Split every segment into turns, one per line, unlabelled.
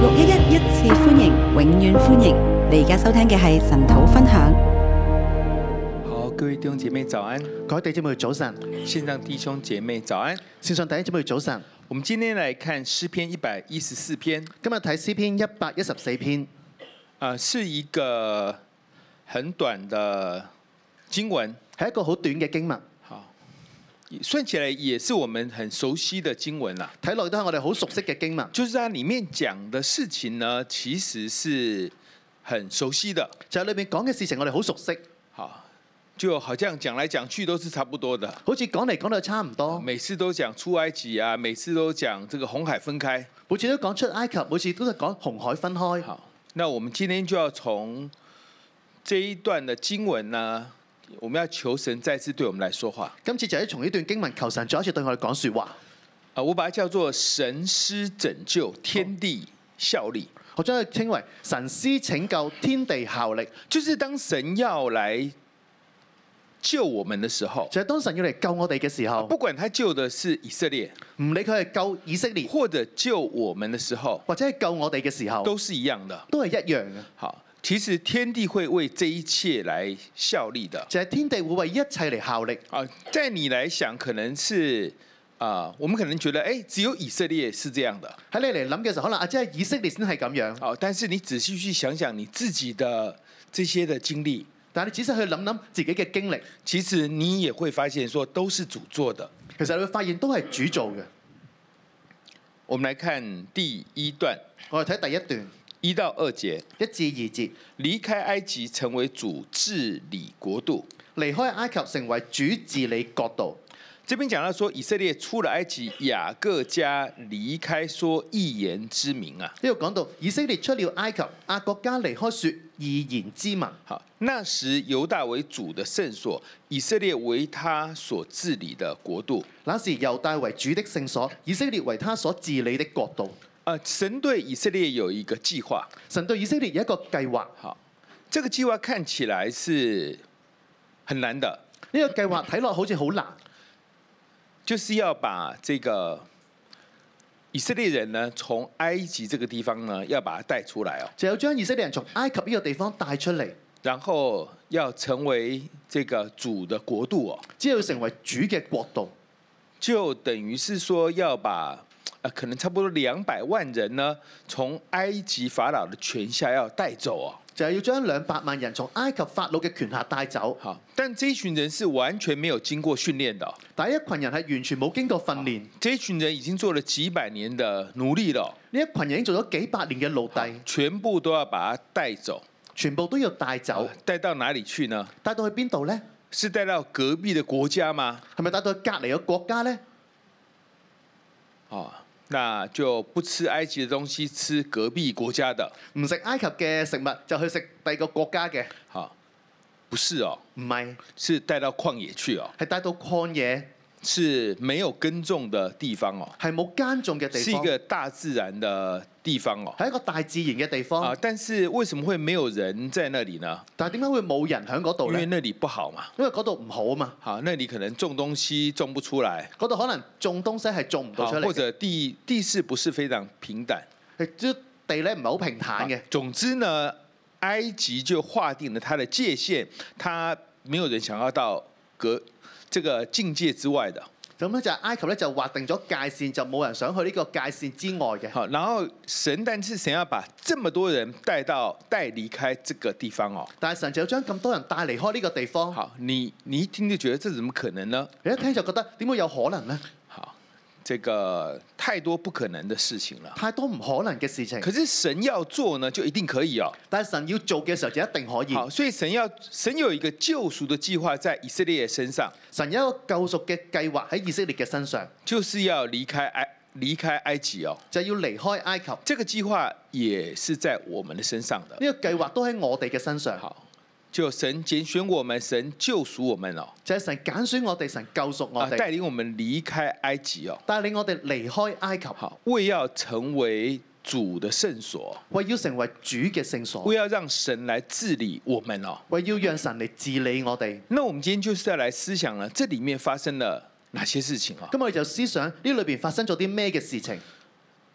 六一一一次歡迎，永遠歡迎！你而家收聽嘅係神土分享。
好，各位弟兄姐妹早安，
各位弟兄姊妹早晨，
線上弟兄姐妹早安。
線上弟兄姊妹早晨。
我們今天來看詩篇一百一十四篇，
今日睇詩篇一百一十四篇，
啊、是一個很短的經文，
係一個好短嘅經文，
好，算起來也是我們很熟悉的經文啦。
睇落都係我哋好熟悉嘅經文，
就是它裡面講的事情呢，其實是很熟悉的，
就係裏面講嘅事情我哋好熟悉，
好，就好像講來講去都是差不多的。
好似講嚟講到差唔多，
每次都講出埃及啊，每次都講這個紅海分開。
每次都講出埃及，每次都係講紅海分開。
好，那我們今天就要從這一段的經文呢，我們要求神再次對我們來說話。
今次就係從呢段經文求神再一次對我哋講説話，
啊，我把它叫做神師拯救天地效力，
我將佢稱為神師拯救天地效力，
就是當神要來救我們的時候，
就係當神要嚟救我哋嘅時候，
不管他救的是以色列
唔理佢係救以色列
或者救我們的時候，
或者係救我哋嘅時候，
都是一樣的。
都係一樣嘅，
好，其實天地會為這一切來效力的。
就係天地會為一切嚟效力。
啊，在你來想，可能是啊，我們可能覺得，哎、只有以色列是這樣的，
喺你嚟諗嘅時候，可能啊，即係以色列先係咁樣。
哦、但是你仔細去想想你自己的這些的經歷，
但係你仔細去諗諗自己嘅經歷，
其實你也會發現說，都是主做的。
其實你會發現都係主做嘅。
我們來看第一段
我哋睇第一段
一到二節，
一至二節，
離開埃及成為主治理國度。
離開埃及成為主治理國度。
這邊講到說，以色列出了埃及，雅各家離開說一言之名啊。
呢度講到以色列出了埃及，亞國家離開說異言之民。
好，那時猶大為主的聖所，以色列為他所治理的國度。
那時猶大為主的聖所，以色列為他所治理的國度。
呃，神對以色列有一個計劃。
神對以色列有一個計劃，
好，這個計劃看起來是很難的，
呢、個計劃睇落好似好難，
就是要把這個以色列人呢，從埃及這個地方呢，要把他帶出來哦，
就有將以色列人從埃及呢個地方帶出嚟，
然後要成為這個主的國度哦，
之後成為主嘅國度。
就等於是說要把。呃，可能差不多兩百萬人呢，從埃及法老的權下要帶走哦。
就係要將兩百萬人從埃及法老嘅權下帶走，
好，但這一群人是完全沒有經過訓練的哦、
但係一群人係完全冇經過訓練，
這一群人已經做了幾百年的奴隸了哦、
呢一群人已經做咗幾百年嘅奴隸，
全部都要把他帶走，
全部都要帶走
啊，帶到哪裡去呢？
帶到去邊度呢？
是帶到隔壁的國家嗎？
係咪帶到去隔離嘅國家呢？
哦，那就不吃埃及的東西，吃隔壁國家的。
唔食埃及嘅食物就去食第二個國家嘅，
好，不是哦，
唔係
是帶到曠野去哦，
係帶到曠野，
是沒有耕種的地方哦，
係冇耕種嘅
是
地
一
方，
個大自然的地方哦。
係一個大自然嘅地
啊
方，。
但是為什麼會沒有人在那裡呢？
但係點解會冇人喺嗰
因
度呢
為？那裡不好嘛。
因為嗰度唔好啊嘛，
好，那你可能種東西種不出來，
嗰度可能種東西係種唔到
好
出
或
嚟
者地地勢不是非常平坦。
嘅，啲地咧唔係好平坦嘅
好。總之呢，埃及就劃定了它的界限，它沒有人想要到隔这个境界之外的。
咁咧就係埃及咧就劃定咗界線，就冇人想去呢個界線之外嘅。
好，然後神但是神要把這麼多人帶到帶離開這個地方哦。
但係神就將咁多人帶離開呢個地方，
好，你你一聽就覺得這怎麼可能呢？
你一聽就覺得點會有可能呢？
好，這个太多不可能的事情了。
太多唔可能嘅事情。
可是神要做呢，就一定可以哦。
但係神要做嘅時候就一定可
好，
以。
所以神要神有一個救贖的計劃在以色列身上，
神有一個救贖嘅計劃喺以色列嘅身上，
就是要離開埃離開埃及哦。
就係要離開埃及。呢、
这個計劃也是在我們的身上的。
個計劃都喺我哋嘅身上，
好，就神揀選我們，神救贖我們哦，
就係神揀選我哋，神救贖我
啊，帶
哋，
領我們離開埃及哦。
帶領我哋離開埃及，
好，為要成為主的聖所，
為要成為主嘅聖所
為，要讓神來治理我們哦。
為要讓神嚟治理我哋。
那我們今天就是要來思想呢，這裡面發生了哪些事情啊、哦？
咁我哋就思想呢裏邊發生咗啲咩嘅事情？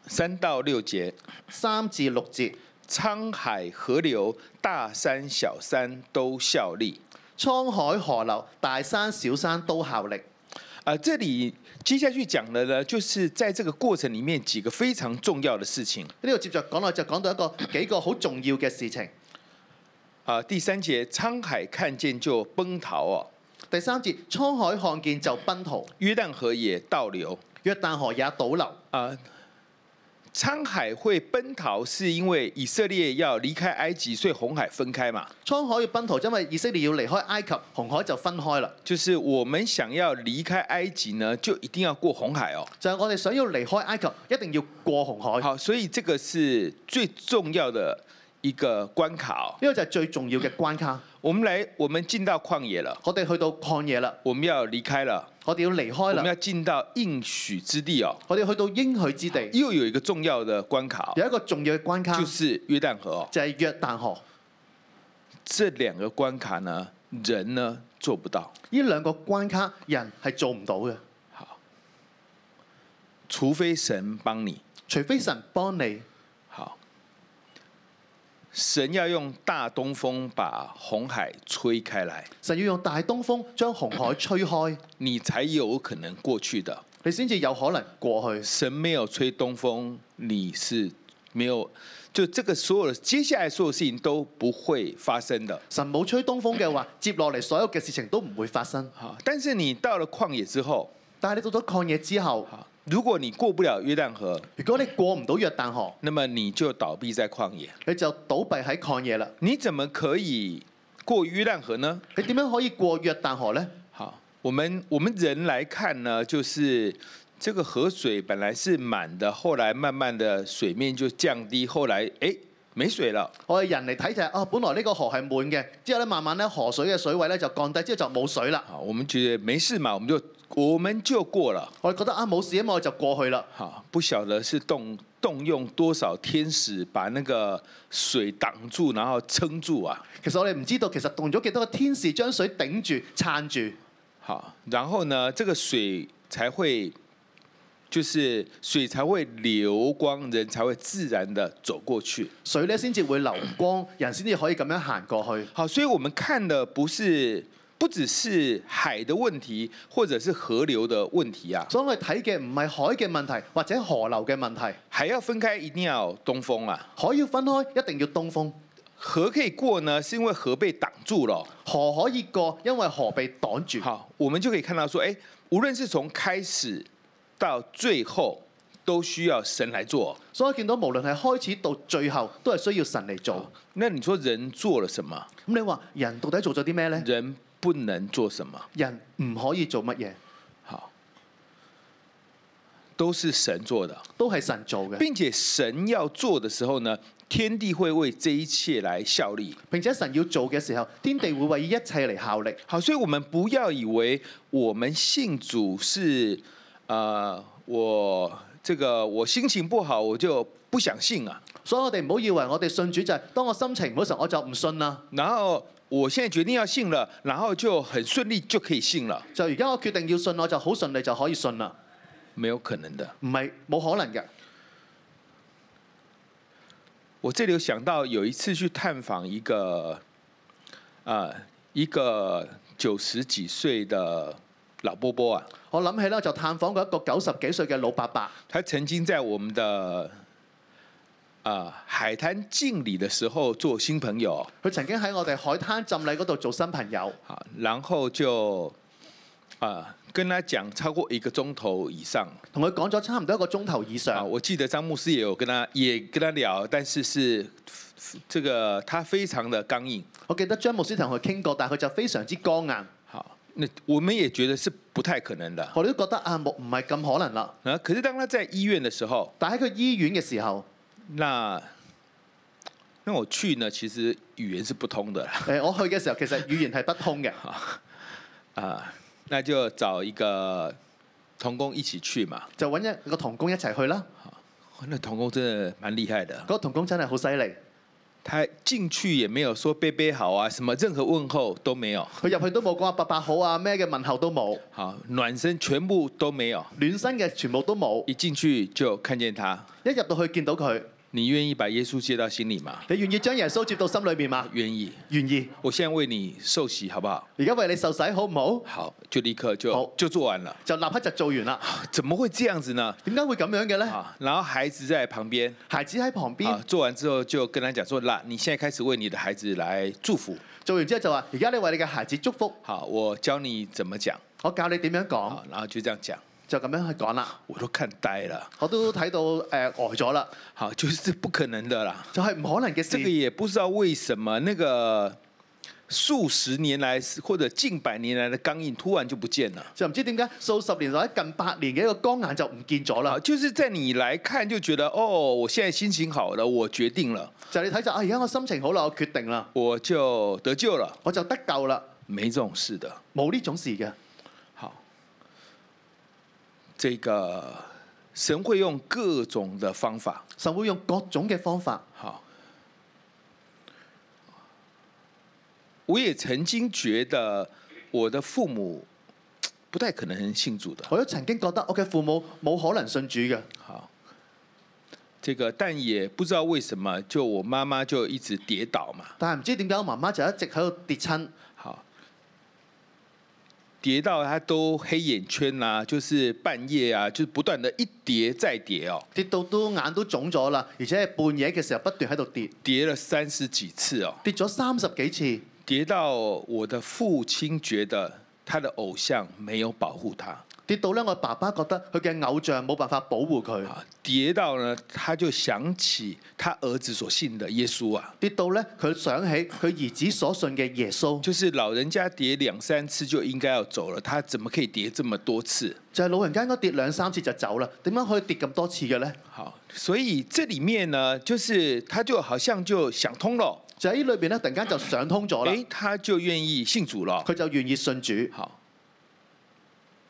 三到六节，
三至六節，
沧海河流、大山小山都效力。
滄海河流、大山小山都效力。
啊、这里接下去讲的呢，就是在这个过程里面几个非常重要的事情。
呢度接着講落就講到一個幾個好重要嘅事情。
啊、第三节，沧海看见就奔逃哦，
第三節，滄海看見就奔逃，
约旦河也倒流。
約旦河也倒流。
啊、沧海会奔逃，是因为以色列要离开埃及，所以红海分开嘛。
滄海要奔逃，因為以色列要離開埃及，紅海就分開啦。
就是我们想要离开埃及呢，就一定要过红海哦。
就係我哋想要離開埃及，一定要過紅海。呢
好，所以这个是最重要的一个关卡、哦。
個就係最重要嘅關卡。
我们来，我们进到旷野了，
我哋去到曠野啦，
我们要离开了，
我哋要離
我
開
们要
啦，
进到应许之地哦。
我哋去到應許之地，
又有一个重要的关卡哦、
有一個重要嘅關卡
就是约旦河、哦。
就係約旦河。
这两个关卡呢，人呢做不到，
呢兩個關卡人係做唔到嘅，
除非神帮你。
除非神幫你。
好，神要用大东风把红海吹开来，
神要用大東風將紅海吹開，
你才有可能过去的。
你先至有可能過去。
神没有吹东风，你是没有，就这个所有的接下来所有事情都不会发生的。
神冇吹東風嘅話，接落嚟所有嘅事情都唔會發生。
好，但是你到了旷野之后，
但係你到咗曠野之後，
好，如果你过不了约旦河，
如果你過唔到約旦河，
那么你就倒闭在旷野。
你就倒斃喺曠野啦。
你怎么可以过约旦河呢？
你點樣可以過約旦河呢？
好，我们我们人来看呢，就是这个河水本来是满的，后来慢慢的水面就降低，后来哎没水了，
我哋人嚟睇就係、啊，本來呢個河係滿嘅，之後咧慢慢咧河水嘅水位咧就降低，之後就冇水啦。
好，我们觉得没事嘛，我们就我们就过了。
我哋覺得啊冇事啊嘛，我就過去啦。
好，不晓得是动动用多少天使把那个水挡住，然后撑住啊。
其實我哋唔知道，其實動咗幾多個天使將水頂住撐住，
好，然后呢，这个水才会，就是水才会流光，人才会自然的走过去。
水咧先至會流光，人先至可以咁樣行過去。
好，所以我们看的不是不只是海的问题，或者是河流的问题啊，
所以我哋睇嘅唔係海嘅問題，或者河流嘅問題。
海要分开一定要有东风啊。
海要分開，一定要東風。
河可以过呢，是因为河被挡住了。
河可以過，因為河被擋住。
好，我们就可以看到说，哎，无论是从开始到最后，都需要神来做。
所以我見到無論係開始到最後，都係需要神嚟做。
那你说人做了什么？
咁你話人到底做咗啲咩呢？
人不能做什么？
人唔可以做乜嘢，
好，都是神做的，
都係神做嘅。
并且神要做的时候呢，天地会为这一切来效力。
並且神要做嘅時候，天地會為一切嚟效力。
好，所以我们不要以为我们信主是，呃，我这个我心情不好我就不想信啊，
所以我哋唔好以為我哋信主就係、當我心情唔好嘅時候，我就唔信啦。
然后我现在决定要信了，然后就很顺利就可以信了，
就而家我決定要信，我就好順利就可以信啦。
没有可能的。
唔係冇可能嘅。
我这里有想到有一次去探访一个，呃，一个九十几岁的老伯伯啊，
我諗起啦，就探訪過一個九十幾歲嘅老伯伯。
他曾经在我们的呃海滩敬礼的时候做新朋友，
佢曾經喺我哋海灘浸禮嗰度做新朋友，
好，然后就啊、呃跟他讲超过一个钟头以上
同佢講咗差唔多一個鐘頭以
啊，
上。
我记得张牧师也有跟他也跟他聊，但是是这个他非常的刚硬，
我記得張牧師同佢傾過，但係佢就非常之剛硬。
好，那我们也觉得是不太可能的。
我哋都覺得啊，冇唔係咁可能啦。
啊，可是当他在医院的时候，
但喺佢醫院嘅時候，
那那我去呢，其实语言是不通的啦
誒、我去嘅時候其實語言係不通嘅，
啊，那就找一个童工一起去嘛。哦
就揾一個童工一齊去啦。
那童工真的蛮厉害的
嗰、，個童工真係好犀利，
他进去也没有说贝贝好啊，什么任何问候都没有，
佢入去都冇講阿伯伯好啊，咩嘅問候都冇，
好暖身全部都没有，
暖身嘅全部都冇。
一進去就看見他。
一入到去見到佢，
你願意把耶穌接到心里嗎？
你願意將耶穌接到心裏面嘛？
願意。
願意。
我現在為你受洗好不好？
而家為你受洗好唔好？
好，就立刻就
好
就做完了。
就立刻就做完啦。
怎麼會這樣子呢？
點解會咁樣嘅呢？
啊，然後孩子在旁邊
孩子喺旁邊
啊，做完之後就跟他講說：那你現在開始為你的孩子來祝福。
做完之後就話：而家你為你嘅孩子祝福，
好，我教你怎麼講。
我教你點樣講
好，，然後就這樣講，
就咁樣去講啦。
我都看呆了。
我都睇到誒、呃呆咗啦，
好，就是不可能的啦。
就係、唔可能嘅
這個
事。
也不知道為什麼，那個數十年來或者近百年來的剛硬突然就不見了。
就唔知點解數十年或者近百年嘅一個光眼就唔見咗
啊，
啦。
就是在你来看就觉得哦，我现在心情好了，我决定了，
就你睇就啊，而家我心情好啦，我決定啦，
我就得救了，
我就得救啦，
没这种事的。
冇呢種事嘅。
好，这个神会用各种的方法，
神會用各種嘅方法。
好。我也曾经觉得我的父母不太可能信主的，
我都曾經覺得我嘅父母冇可能信主嘅，
好，这个但也不知道为什么，就我妈妈就一直跌倒嘛，
但係唔知點解我媽媽就一直喺度跌親，
好，跌到他都黑眼圈啦、就是半夜啊，就是不断的一跌再跌哦，
跌到都眼都腫咗啦，而且係半夜嘅時候不斷喺度跌，
跌了三十几次哦，
跌咗三十幾次，
跌到我的父亲觉得他的偶像没有保护他
跌到咧我爸爸覺得佢嘅偶像冇辦法保護佢，
啊，跌到呢他就想起他儿子所信的耶稣啊，
跌到咧佢想起佢兒子所信嘅耶穌，
就是老人家跌两三次就应该要走了，他怎么可以跌这么多次？
就係、老人家應該跌兩三次就走啦，點解可以跌咁多次嘅呢？
好，所以这里面呢，就是他就好像就想通了。
就喺呢裏邊咧，突然間就想通咗啦，
哎，他就愿意信主了。
佢就願意信主。
好，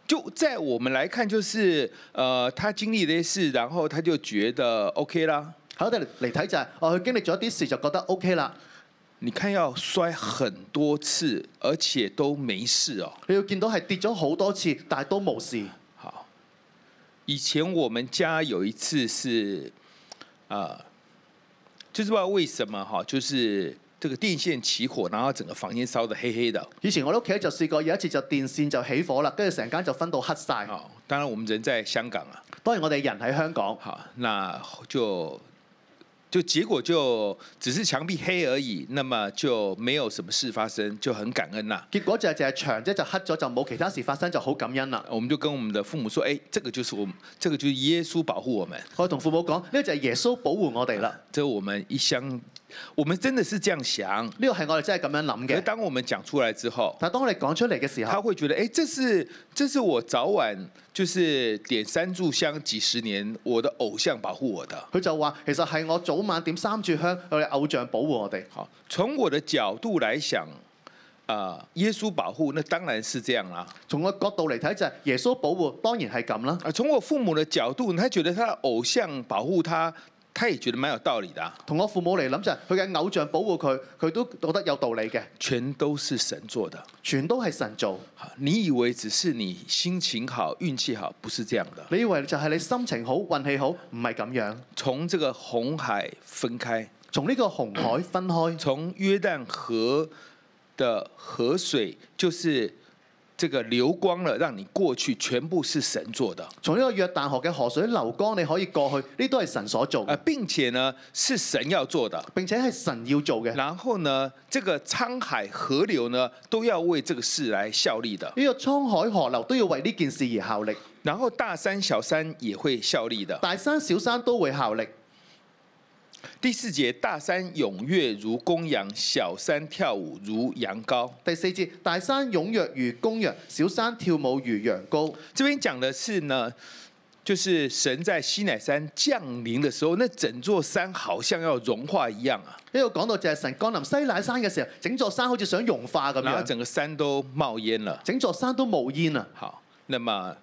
就在我们来看，就是呃，他经历了一些事，然后他就觉得 OK 啦。
喺我哋嚟睇就係、哦，佢經歷咗一啲事就覺得 O K 啦。
你看，要摔很多次，而且都没事哦。
你要見到係跌咗好多次，但係都冇事。
好，以前我们家有一次是，呃，就是不知道为什么哈，就是这个电线起火，然后整个房间烧得黑黑的。
以前我哋屋企咧就試過有一次就電線就起火啦，跟住成間就分到黑晒。
哦，当然我们人在香港啊，
當然我哋人喺香港，
好，那就就结果就只是墙壁黑而已，那么就没有什么事发生，就很感恩啦、
結果就係就係牆啫就黑咗，就冇其他事發生，就好感恩啦。
我们就跟我们的父母说，哎、这个就是我们，这个就是耶稣保护我们，
我同父母講，呢、個就係耶穌保護我哋啦。
这我们一相，我们真的是这样想。
呢個係我哋真係咁樣諗
可是
嘅。
当我们讲出来之后，
但係當我哋講出嚟嘅時
他
候，
会觉得，哎、这是这是我早晚就是点三炷香几十年，我的偶像保護我的。
佢就話其實係我早晚點三炷香，我哋偶像保護我哋。
好，从我的角度来想，啊、耶穌保護，那当然是这样啦、
從我角度嚟睇就係耶穌保護，當然係咁啦。
啊，从我父母的角度，他觉得他的偶像保护他，他也觉得蛮有道理的啊、
同我父母嚟諗就係佢嘅偶像保護佢，佢都覺得有道理嘅，
全都是神做的。
全都係神做。
好你以为只是你心情好、运气好，不是这样的。
你以為就係你心情好、運氣好，唔係咁樣。
从这个红海分开，
從呢個紅海分開，
从约旦河的河水就是这个流光了，让你过去，全部是神做的。
從呢個約旦河嘅河水流江，你可以過去，呢都係神所做
呃，
嘅，
并且呢是神要做的。
並且係神要做嘅。呢、
然后呢，这个沧海河流呢都要为这个事来效力的。
個滄海河流都要為呢件事而效力，
然后大山小山也会效力的。
大山小山都會效力。
第四节，大山踊跃如公羊，小山跳舞如羊羔。
第四節，大山踴躍如公羊，小山跳舞如羊羔。
这边讲的是呢，就是神在西乃山降临的时候，那整座山好像要融化一样啊，
呢度講到就係神降臨西乃山嘅時候，整座山好似想融化咁
然后
樣，
整个山都冒烟了。
整座山都冒煙啊！
好，那么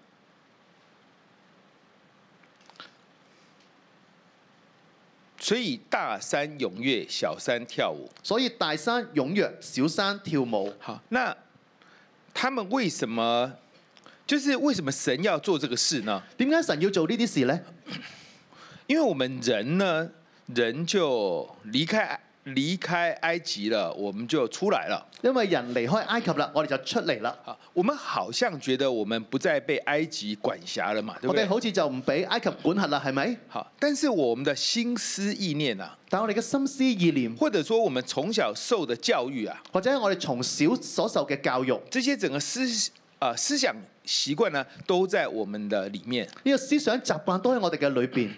所以大山踊跃，小山跳舞。
所以大山踴躍，小山跳舞。
好，那他们为什么？就是为什么神要做这个事呢？
點解神要做呢啲事呢？
因为我们人呢，人就离开离开埃及了，我们就出来了。
因為人離開埃及啦，我哋就出嚟啦。
啊，我们好像觉得我们不再被埃及管辖了嘛，对不
我
对
哋？好似就唔俾埃及管轄啦，係咪？
好，但是我们的心思意念啊，
但我哋嘅心思意念，
或者说我們從小受的教育啊，
或者我哋從小所受嘅教育，呢、
這些整個思啊、思想習慣呢，都在我們的裡面
個思想習慣都喺我哋嘅裏邊。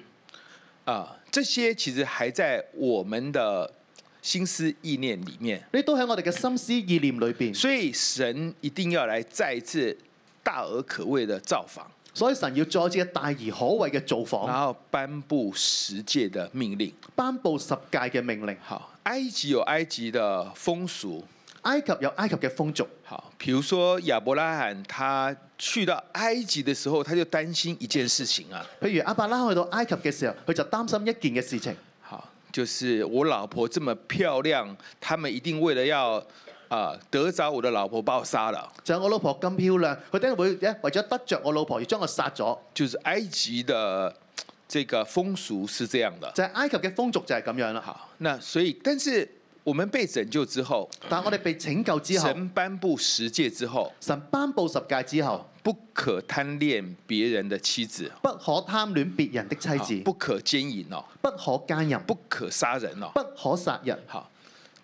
啊、這些其實還在我們的心思意念裡面，
呢都喺我哋嘅心思意念裏邊，
所以神一定要來再一次大而可畏的造訪，
所以神要再次嘅大而可畏嘅造
然
訪，
後頒布十戒的命令。
頒布十戒嘅命令。
好，埃及有埃及的風俗。
埃及有埃及嘅風俗，
好，比如說亞伯拉罕他去到埃及的時候，他就擔心一件事情啊，
譬如阿伯拉去到埃及嘅時候，佢就擔心一件嘅事情，
好，就是我老婆这么漂亮，他们一定为了要啊、得着我的老婆把我杀了，
就係、我老婆咁漂亮，佢等會咧為咗得着我老婆而將我殺咗。
就是埃及的这个风俗是这样的。
就係、埃及嘅風俗就係咁樣啦。
好，那所以，但是我们被拯救之後，
但係我哋被拯救之後，
神颁布十诫之後，
神頒布十戒之後，
不可贪恋別人的妻子，
不可貪戀別人的妻
好
子，
不可奸淫哦，
不可奸淫，
不可殺人哦。
不可殺人。
好，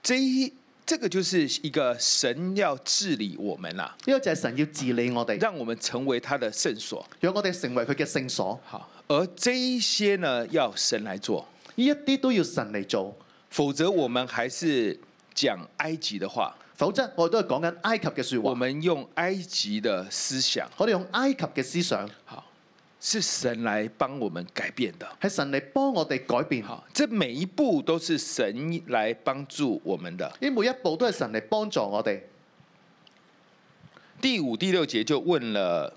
这一这个就是一个神要治理我们啦、
呢個就係神要治理我哋，
让我们成為他的圣所。
讓我哋成為佢嘅聖所。
好，而这一些呢，要神来做，
呢一啲都要神嚟做，
否則我們還是講埃及的話，
否則我哋都係講緊埃及嘅説
我
話。
們用埃及的思想，
我哋用埃及嘅思想，
好，是神來幫我們改變的。
係神嚟幫我哋改變。
好，這每一步都是神來幫助我們的。
呢每一步都係神嚟幫助我哋。
第五、第六節就問了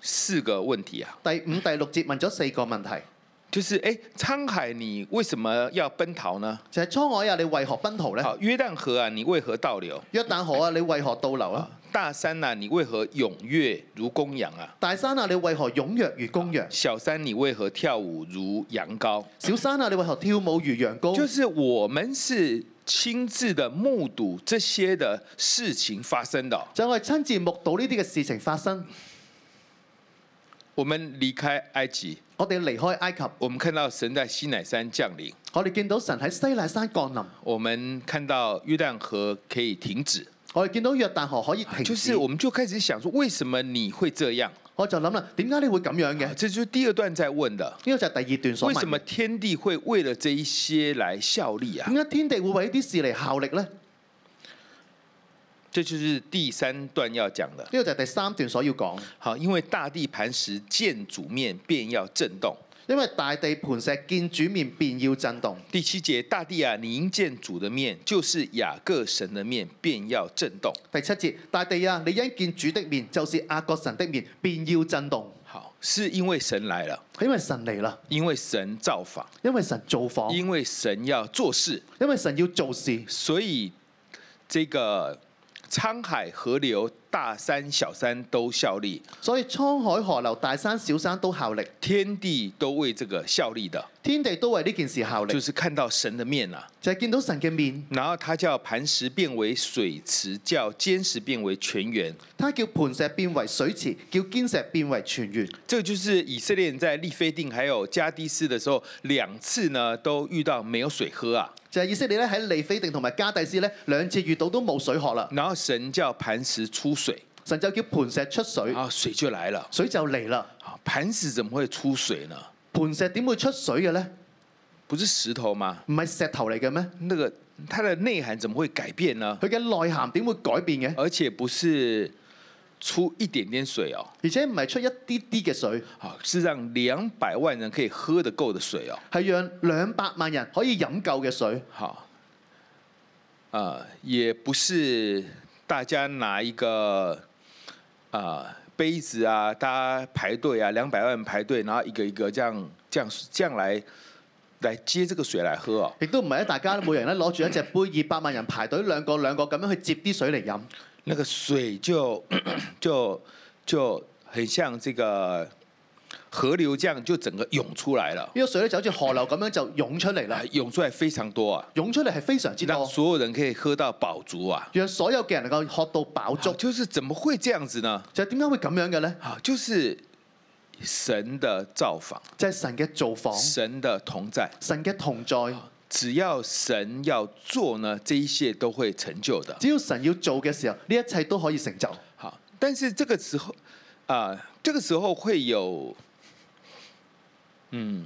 四個問題啊，
第五、第六節問咗四個問題，
就是哎，滄海你為什麼要奔逃呢？
就係、滄海啊，你為何奔逃呢？
好，約旦河啊，你為何倒流？
約旦河啊，你為何倒流啊？
大山啊，你為何踴躍如公羊啊？
大山啊，你為何踴躍如公羊？
小山，你為何跳舞如羊羔？
小山啊，你為何跳舞如羊羔？
就是我們是親自的目睹這些的事情發生的哦、
就我哋親自目睹呢啲嘅事情發生，
我們離開埃及，
我哋離開埃及，
我們看到神在西乃山降臨，
我哋見到神喺西乃山降臨，
我們看到約旦河可以停止，
我哋見到約旦河可以停
就
止
是。我們就開始想說，為什麼你會這樣？
我就諗啦，點解你會咁樣嘅？
啊
呢
這就是第二段在問的，
個就係第二段所
為
問
什麼
嘅。
天地會為了這一些來效力啊
點？解天地會為呢啲事嚟效力呢？呢
這就是第三段要講的。
個就係第三段所要講。
好，因為大地磐石见主面便要震動。
因為大地盤石見主面便要震動。
第七节，大地啊，你因见主的面，就是雅各神的面，便要震動。
第七節，大地啊，你因見主的面，就是亞各神的面，便要震動。
好，是因為神來了，
因為神嚟啦，
因為神造访，
因為神造訪，
因為神要做事，
因為神要做事，
所以这个沧海河流、大山小山都效力，
所以滄海河流、大山小山都效力，
天地都為這個效力的，
天地都為呢件事效力
就。是看到神的面啊。
就係見到神嘅面，
然後他叫磐石變為水池，叫堅石變為泉源。
他叫盤石變為水池，叫堅石變為泉源。
这个就是以色列人在利非定还有加迪斯的时候，两次呢都遇到没有水喝啊，
就係以色列咧喺利非定同埋加蒂斯咧兩次遇到都冇水喝啦，
然後神叫磐石出水，
神就叫磐石出水
然，后水就來了。
水就嚟啦。
啊，磐石怎麼會出水呢？
磐石點會出水嘅呢？
不是石頭嗎？
唔係石頭嚟嘅咩？
那個它的內涵怎麼會改變呢？
佢嘅內涵點會改變嘅？
而且不是出一點點水哦，
而且唔係出一啲啲嘅水，
啊，是讓兩百萬人可以喝得夠的水哦。
係讓兩百萬人可以飲夠嘅水，
好，呃，也不是大家拿一个呃杯子啊，大家排队啊，两百万排队，然后一个一个这样这样这样来来接这个水来喝哦。
亦都唔係咧，大家每人咧攞住一隻杯，二百萬人排隊兩個兩個咁樣去接啲水嚟飲，
那个水就 就就很像这个河流这样，就整个涌出来了，
呢個水咧就好似河流咁樣就湧出嚟啦
啊，，涌出来非常多啊，
湧出嚟係非常之
让
多，
所有人可以喝到饱足啊。
讓所有嘅人能夠喝到飽足
好，。就是怎么会这样子呢？
就係點解會咁樣嘅咧？
好，就是神的造访，
就係、神嘅造訪，
神的同在，
神嘅同在。
只要神要做呢，这一切都会成就的。
只要神要做嘅時候，呢一切都可以成就。
好，但是这个时候啊、这个时候会有，嗯，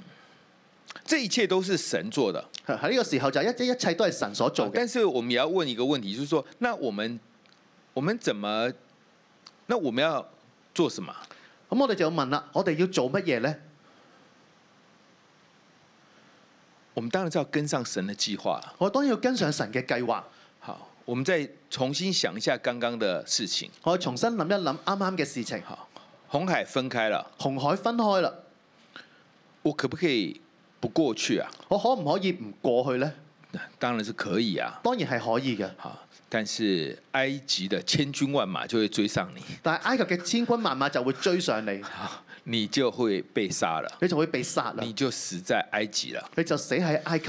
这一切都是神做的。
喺呢個時候就係一一切都係神所做嘅。
但是我们也要问一个问题，就是说，那我们我们怎么，那我们要做什么？
咁我哋就要問啦，我哋要做乜嘢咧？
我们当然是要跟上神的计划了。
我當然要跟上神嘅計劃。
好，我们再重新想一下刚刚的事情。
我重新諗一諗啱啱嘅事情。
好，红海分開了，
紅海分開啦，
我可不可以不過去啊？
我可唔可以唔過去呢？
当然是可以啊。
當然係可以嘅，
好，但是埃及的千军万马就会追上你，
但係埃及嘅千軍萬馬就會追上你，
好，你就会被殺了，
你就會被殺啦
你，就死在埃及了
你就死喺埃及。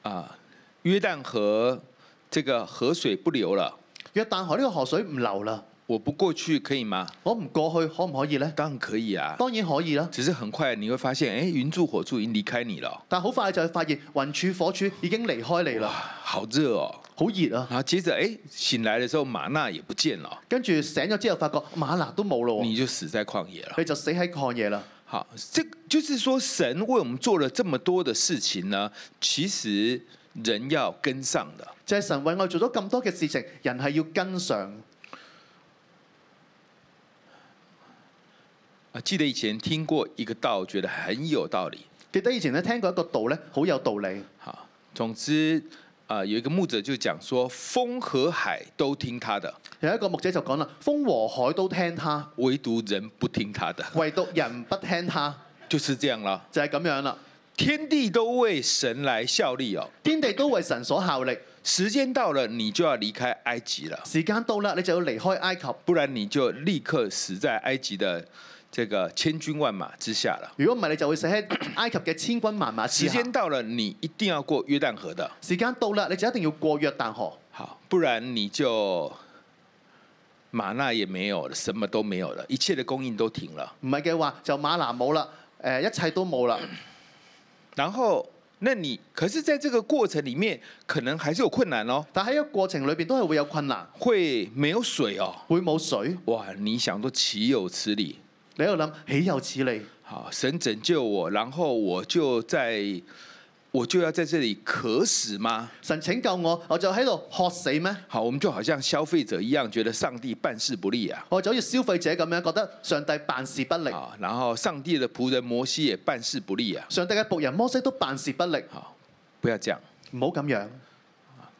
啊！约旦河这个河水不流了，
約旦河呢個河水唔流啦，
我不過去可以吗？
我唔過去可唔可以呢？
当然可以啊，
當然可以啦，
只是很快你会发現，哎、雲柱火柱已經離開你了，
但好快就會發現雲柱火柱已經離開你
哇，
啦，
好熱哦！
好熱啊！
然後接着，哎、醒來的時候馬娜也不見了，
跟住醒咗之後，發覺馬拿都冇咯喎，
你就死在旷野了。
你就死喺曠野啦。
好，这就是说，神为我们做了这么多的事情呢，其实人要跟上的。
就係神為我做咗咁多嘅事情，人係要跟上。
啊，记得以前听过一个道，觉得很有道理。
記得以前咧聽過一個道咧，好有道理。
好，总之，啊，有一个牧者就讲说，风和海都听他的，
有一個牧者就講啦：風和海都 聽他，
唯独人不听他的，
唯獨人不聽他，
就是这样了。
就係、咁樣啦。
天地都为神来效力哦，
天地都為神所效力。
时间到了，你就要离开埃及了，
時間到啦，你就要離開埃及。
不然你就立刻死在埃及的这个千军万马之下了。
如果唔係，你就會死喺 埃及嘅千軍萬馬
时
之下。
间到了，你一定要过約旦河的，
時間到啦，你就一定要過約旦河，
好，不然你就玛纳也没有了，什么都没有了，一切的供应都停了。
唔係嘅話就馬拿冇啦，誒、一切都冇啦。
然后，那你可是在这个过程里面，可能还是有困難哦，
但喺一個過程裏邊都係會有困難，
会没有水哦。
會冇水。
哇，你想都岂有此理！
你喺度諗，豈有此理？
好，神拯救我，然后我就在，我就要在这里渴死吗？
神拯救我，我就喺度渴死咩？
好，我们就好像消費者一樣，觉得上帝辦事不力啊。
我就好似消費者咁樣，覺得上帝辦事不力，
啊，然后上帝的仆人摩西也辦事不力啊。
上帝嘅仆人摩西都辦事不力，
好，不要這樣。
唔好咁樣。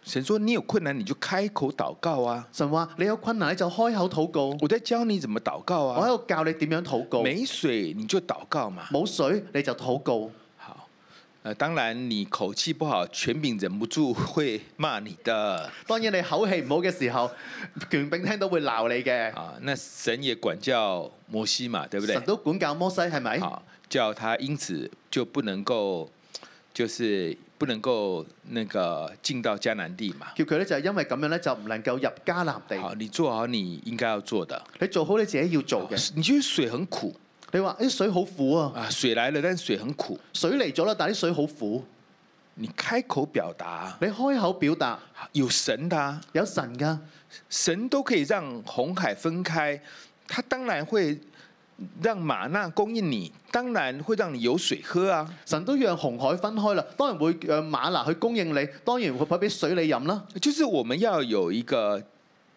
神说你有困難你就開口禱告啊，
神話你有困難你就開口禱告，
我在教你怎麼禱告
我
啊。
喺度教你點樣禱告。
沒水你就禱告嘛。
冇水你就禱告。
好，呃，当然你口氣不好，權柄忍不住會罵你的
當然你口氣唔好嘅時候， 權柄聽到會鬧你嘅。
啊。那神也管教摩西嘛，对不对
神？都哎管教摩西係咪？
好，叫他因此就不能夠，就是不能夠那個進到迦南地嘛。
叫佢咧就係因為咁樣咧就唔能夠入迦南
好，
地。
你做好你應該要做的。
你做好你自己要做嘅。
你覺得水很苦
你話啲水好苦啊，
啊，水來了，但水很苦。
水嚟咗啦，但係啲水好苦。
你開口表達，
你開口表達
有神的、啊，
有神㗎，
神都可以讓紅海分開，他當然會讓馬納供應你，當然會讓你有水喝啊。
神都讓紅海分開啦，當然會讓馬拿去供應你，當然會派俾水你飲啦。
就是我們要有一個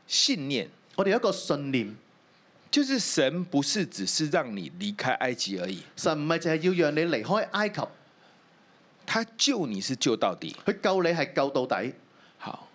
信念，
我哋有一個信念，
就是神不是只是讓你離開埃及而已，
神唔係淨係要讓你離開埃及，
他救你是救到底，
佢救你係救到底。
好，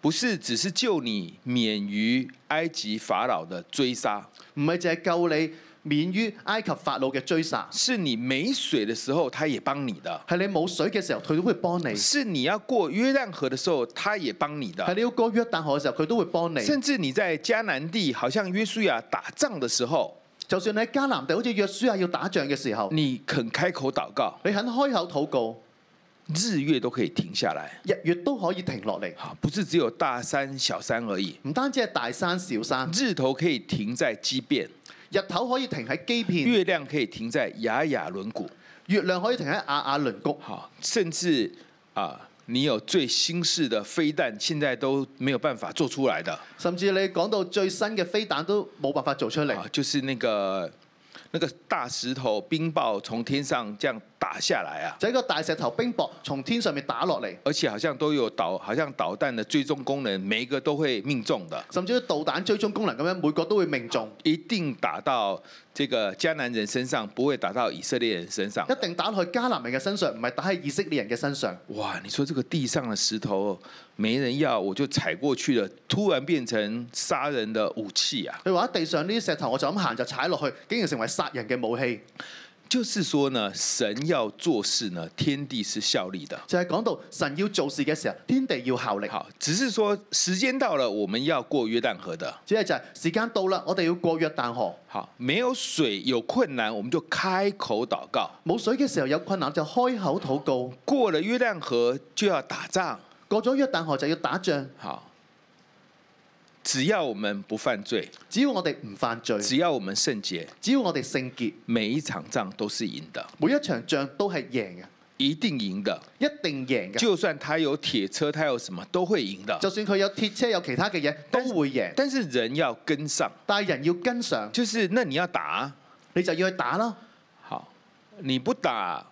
不是只是救你免於埃及法老的追殺，
唔係淨係救你免於埃及法老嘅追殺。
是你没水的时候，他也帮你的；
係你冇水嘅時候，佢都會幫你；
是你要过约旦河的时候，他也帮你
係
的。
你要過約旦河嘅時候，佢都會幫你。
甚至你在迦南地，好像约书亚打仗的时候，
就算你喺迦南地，好似約書亞要打仗嘅時候，
你肯开口祷告，
你肯開口禱告，
日月都可以停下来。
日月都可以停落嚟。
好，不是只有大山小山而已，
唔單止係大山小山，
日头可以停在基变，
日頭可以停喺基片，
月亮可以停在雅雅伦谷。
月亮可以停喺亞亞倫谷。
好，甚至啊，你有最新式的飞弹，现在都没有办法做出来的
甚至你講到最新嘅飛彈都冇辦法做出嚟，
啊，就是那个那个大石头冰雹从天上这样打下来啊，
就係一個大石頭冰雹從天上面打落嚟，
而且好像都有导，好像导弹的追踪功能，每一个都会命中的，
甚至啲導彈追蹤功能咁樣，每個都會命中，
一定打到这个迦南人身上，不会打到以色列人身上
一。定打落去迦南人嘅身上，唔係打喺以色列人嘅身上。
哇，你说这个地上的石头没人要，我就踩过去了，突然变成杀人的武器啊！
佢話喺地上呢啲石頭，我就咁行就踩落去，竟然成為殺人嘅武器。
就是说呢，神要做事呢，天地是效力的。
就係講到神要做事嘅時候，天地要效力。
好，只是说时间到了，我们要过约旦河的。
只係就係時間到啦，我哋要過約旦河，
好，没有水有困難，我们就開口禱告。
冇水嘅時候有困難就開口禱告。
過了约旦河就要打仗。
過咗約旦河就要打仗，
好，只要我们不犯罪，
只要我哋唔犯罪，
只要我们聖洁，
只要我哋聖潔，
每一場仗都是贏的，
每一場仗都係贏嘅，
一定贏的。
一定贏嘅。
就算他有鐵車，他有什么都會贏的。
就算佢有鐵車有其他嘅嘢都
但是
會贏，
但是人要跟上，
但係人要跟上，
就是那你要打。啊
你就要去打啦。
好，你不打，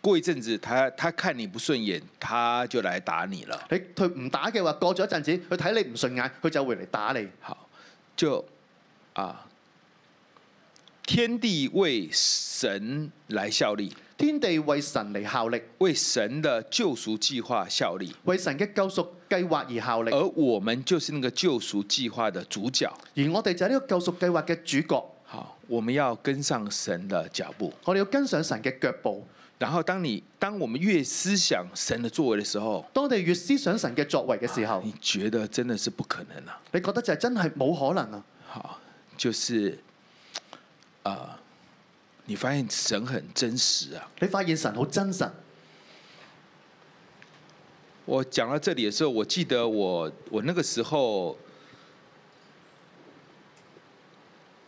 过一阵子他他看你不顺眼，他就来打你了。
你佢唔打嘅話，過咗一陣子，佢睇你唔順眼，佢就會嚟打你。
好，就啊，天地为神来效力，
天地為神嚟效力，
为神的救赎计划效力，
為神嘅救贖計劃而效力，
而我们就是那个救赎计划的主角。
而我哋就係呢個救贖計劃嘅主角。
好，我们要跟上神的脚步。
我哋要跟上神嘅腳步。
然后，当你当我们越思想神的作为的时候，
當我哋越思想神嘅作為嘅時候，
你觉得真的是不可能了、
你覺得就係真係冇可能啊！
好，就是啊、呃你发现神很真实啊。
你發現神好真實。
我讲到这里的时候，我记得我我那个时候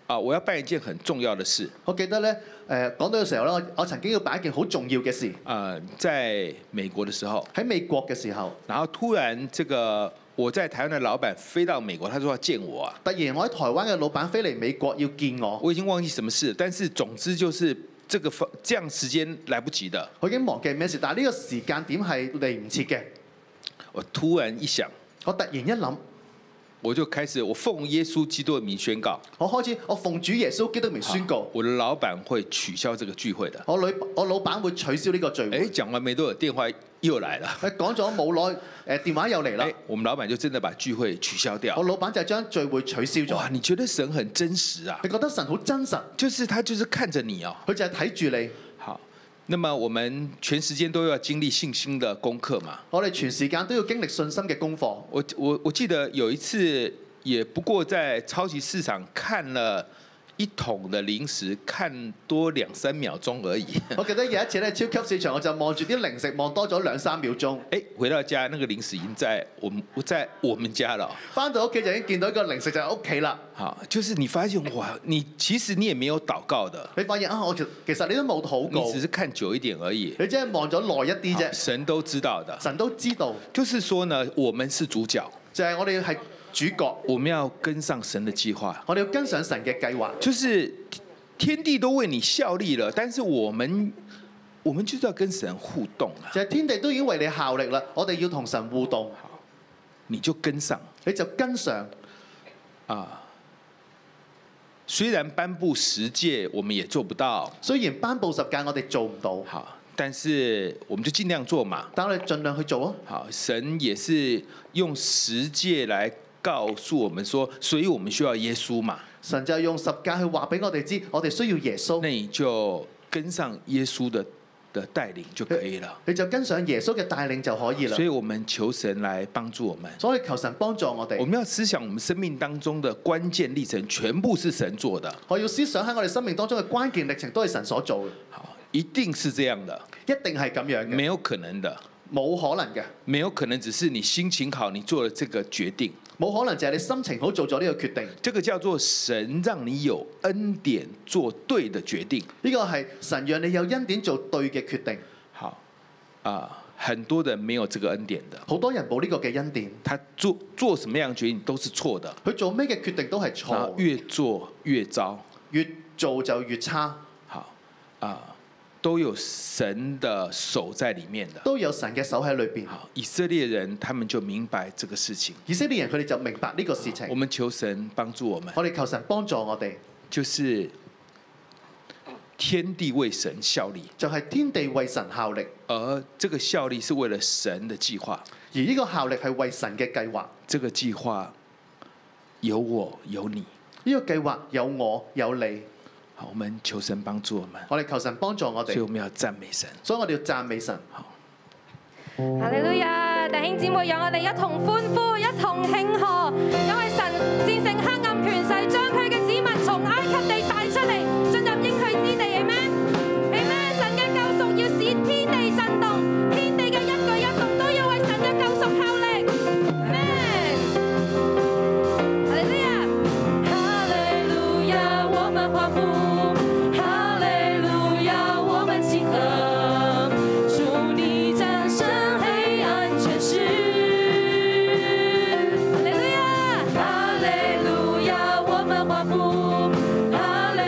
啊，我要办一件很重要的事。
我記得咧，誒、講到嘅時候咧，我我曾經要辦一件好重要嘅事
呃，在美国的时候，
喺美國嘅時候，
然后突然这个我在台湾的老板飞到美国，他说要见我啊，
突然我喺台灣嘅老闆飛嚟美國要見我，
我已经忘记什么事，但是总之就是这个方这样时间来不及的。
我已經忘記咩事，但係呢個時間點係嚟唔切嘅。
我突然一想，
我突然一諗，
我就开始我奉耶稣基督的名宣告，啊
我開始我奉主耶穌基督名宣告，
我的老板会取消这个聚会的。
我女我老闆會取消呢個聚
哎，
會。
讲完没多久，電話又來了。
佢講咗冇耐，誒電話又嚟啦
哎，，我們老闆就真的把聚會取消
我
掉。
老闆就將聚會取消
哇，
咗。
你覺得神很真實啊？
你覺得神好真實，
就是他就是看着你哦。
佢就係睇住你。
好，那麼我們全時間都要經歷信心的功課嘛。
我哋全時間都要經歷信心嘅功課。
我我我記得有一次，也不過在超級市場看了一桶的零食，看多兩三秒鐘而已。
我記得有一次咧，超級市場我就望住啲零食望多咗兩三秒鐘，
哎，回到家那個零食已經在我們在我們家了哦。
翻到屋企就已經見到一個零食就喺屋企啦。
好，就是你發現哇，你其實你也沒有禱告的。
你發現啊，我其其實你都冇禱
你
告
只，是看久一点而已。
你只係望咗耐一啲
好
啫。
神都知道的。
神都知道，
就是说呢，我们是主角，
就係、我哋係主角，
我们要跟上神的计划。
我哋要跟上神嘅計劃。
就是天地都为你效力了，但是我们我们就是要跟神互动啊，
就係、天地都已經為你效力啦，我哋要同神互動，
你就跟上
你就跟上。
啊。虽然颁布十诫我们也做不到，
雖然頒布十戒我哋做唔到，
好，但是我们就尽量做嘛。
但我哋盡量去做啊。
好，神也是用十诫来告诉我们说，所以我们需要耶稣嘛。
神就用十架去話俾我哋知，我哋需要耶
那
穌，
你就跟上耶稣的的带领就可以了。
你就跟上耶穌嘅帶領就可以啦
所。以我们求神来帮助我们。
所以求神幫助我
我
哋，
们要思想我们生命当中的关键历程，全部是神做的，
我要思想喺我哋生命當中嘅關鍵歷程都係神所做嘅，
好，一定是这样的，
一定係咁樣
没
嘅，
有可能的，
冇可能嘅，
没有可能只是你心情好，你做了这个决定，
冇可能就係你心情好做咗呢個決定。
这个叫做神让你有恩典做對的决定。
呢個係神讓你有恩典做對嘅決定，
好，啊、很多人没有这个恩典的，
好多人冇呢個嘅恩典，
他做做什么样的决定都是错的，
佢做咩嘅決定都係
然后
錯，
越做越糟。
越做就越差，
好，啊、都有神的手在里面的。
都有神嘅手喺裏邊。
好，以色列人他们就明白这个事情。
以色列人佢哋就明白呢個事
我
情，
们求神帮助我们，
我哋求神幫助我哋，
就是天地为神效力，
就係天地為神效力，
而这个效力是为了神的计划。
而呢個效力係為神嘅計劃。
这个计划有我有你，
呢、個計劃有我有你，
好，我们求神帮助我们，
我哋求神幫助我
所以
哋，
我们要赞美神。
所以我哋要讚美神。
哈利路亞！弟兄姊妹，讓我哋一同歡呼，一同慶賀，因為神戰勝黑暗權勢，將佢嘅子民從埃及地帶出嚟，進入應許之地。阿咩？阿咩？神嘅救贖要使天地震動，天地嘅一舉一動都要為神嘅救贖效力。阿咩？哈利路亞！哈利路亞，我們歡呼！哈利路亞，我們慶賀！祝你戰勝黑暗權勢！哈利路亞，哈利路亞，我們歡呼！哈利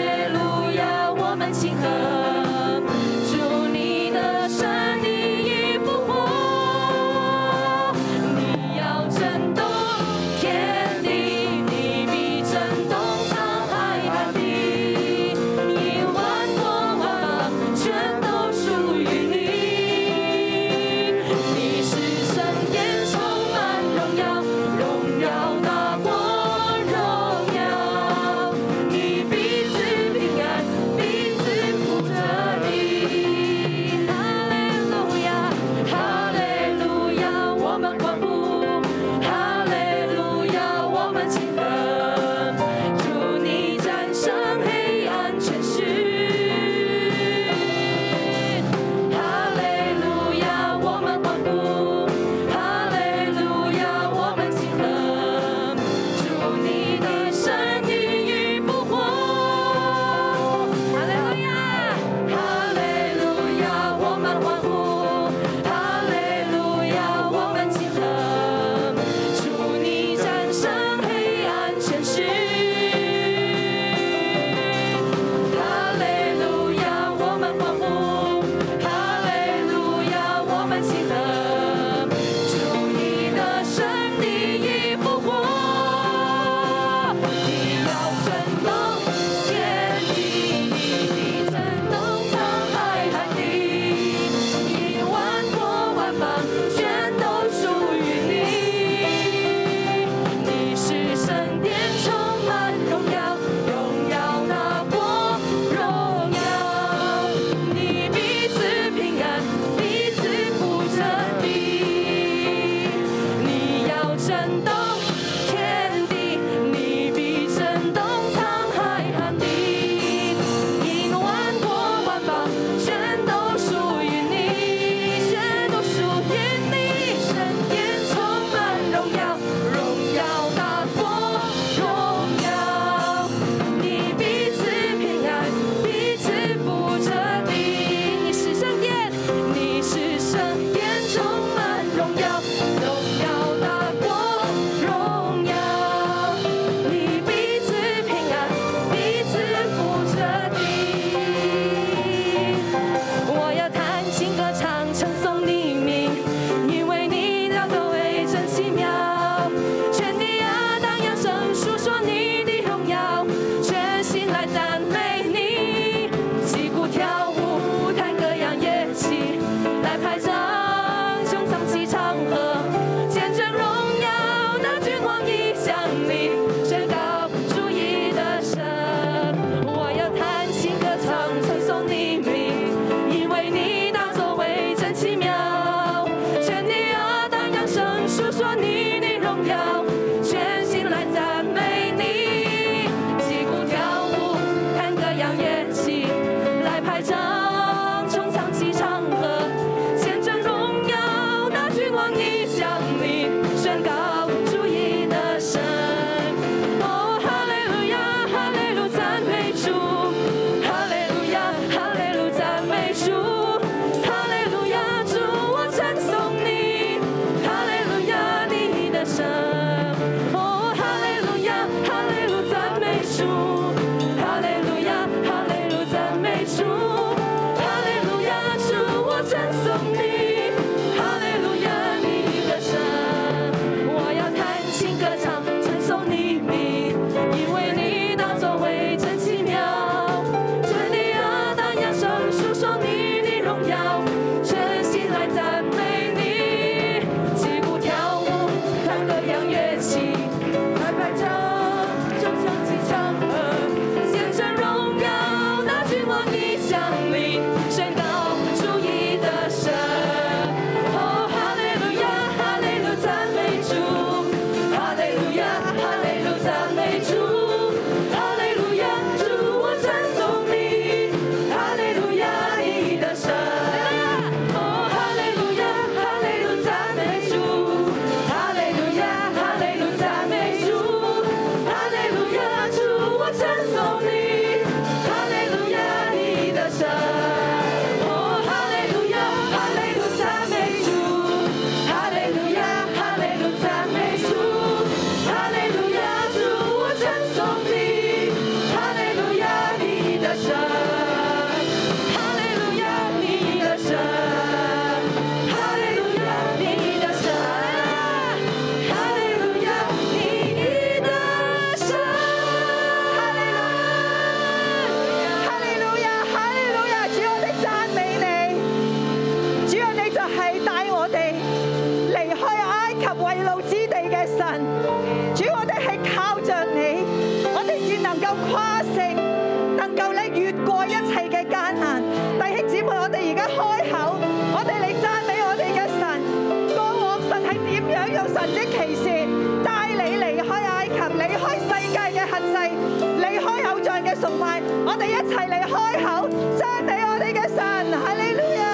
意向你宣告主义的神。哦，哈利路亚，哈利路赞美主，哈利路亚，哈利路赞美主，哈利路亚，主我称颂你，哈利路亚，你的神。哦，哈利路亚，哈利路赞美主，哈利路亚，哈利路赞美主，哈利路亚，主我称颂你，哈利路亚，你的神。我要弹琴歌唱，称颂你名，因为你当作为真奇妙。全地啊，当扬声述说你的荣耀，全心来赞美你。击鼓跳舞，弹歌扬乐器，拍拍掌，就唱起唱和，献上荣耀，那君王的降临，宣告主义的神。哦，哈利路亚，哈利路赞美主，哈利路亚，哈利路赞美主，哈利路亚，主我赞颂你，哈利路亚，你的神。哦，哈利路亚，哈利路赞美主，哈利路亚，哈利路赞美主，哈利路亚，主我称颂你，哈利路亚，你的神。哦，哈利路亚，哈利路赞美主，哈利路亚，哈利路赞美主，哈利路亚，主我称颂你，哈利路亚，你的神。哈利路亚，你的神，哈利路亚，你的神，哈利路亚，你的神，哈利路亚，
哈利路亞，哈利路亞！主，我哋讚美你，主啊，你就係帶我哋離開埃及為奴之地嘅神。主，我哋係靠着你，我哋先能夠跨城，能夠咧越過一切嘅艱難。弟兄姊妹，我哋而家開口，我哋嚟讚美我哋嘅神。過往神係點樣用神蹟奇事帶你離開埃及，離開世界嘅限制，離開偶像嘅崇拜，我哋一齊嚟開口讚美我哋嘅神，哈利路亞！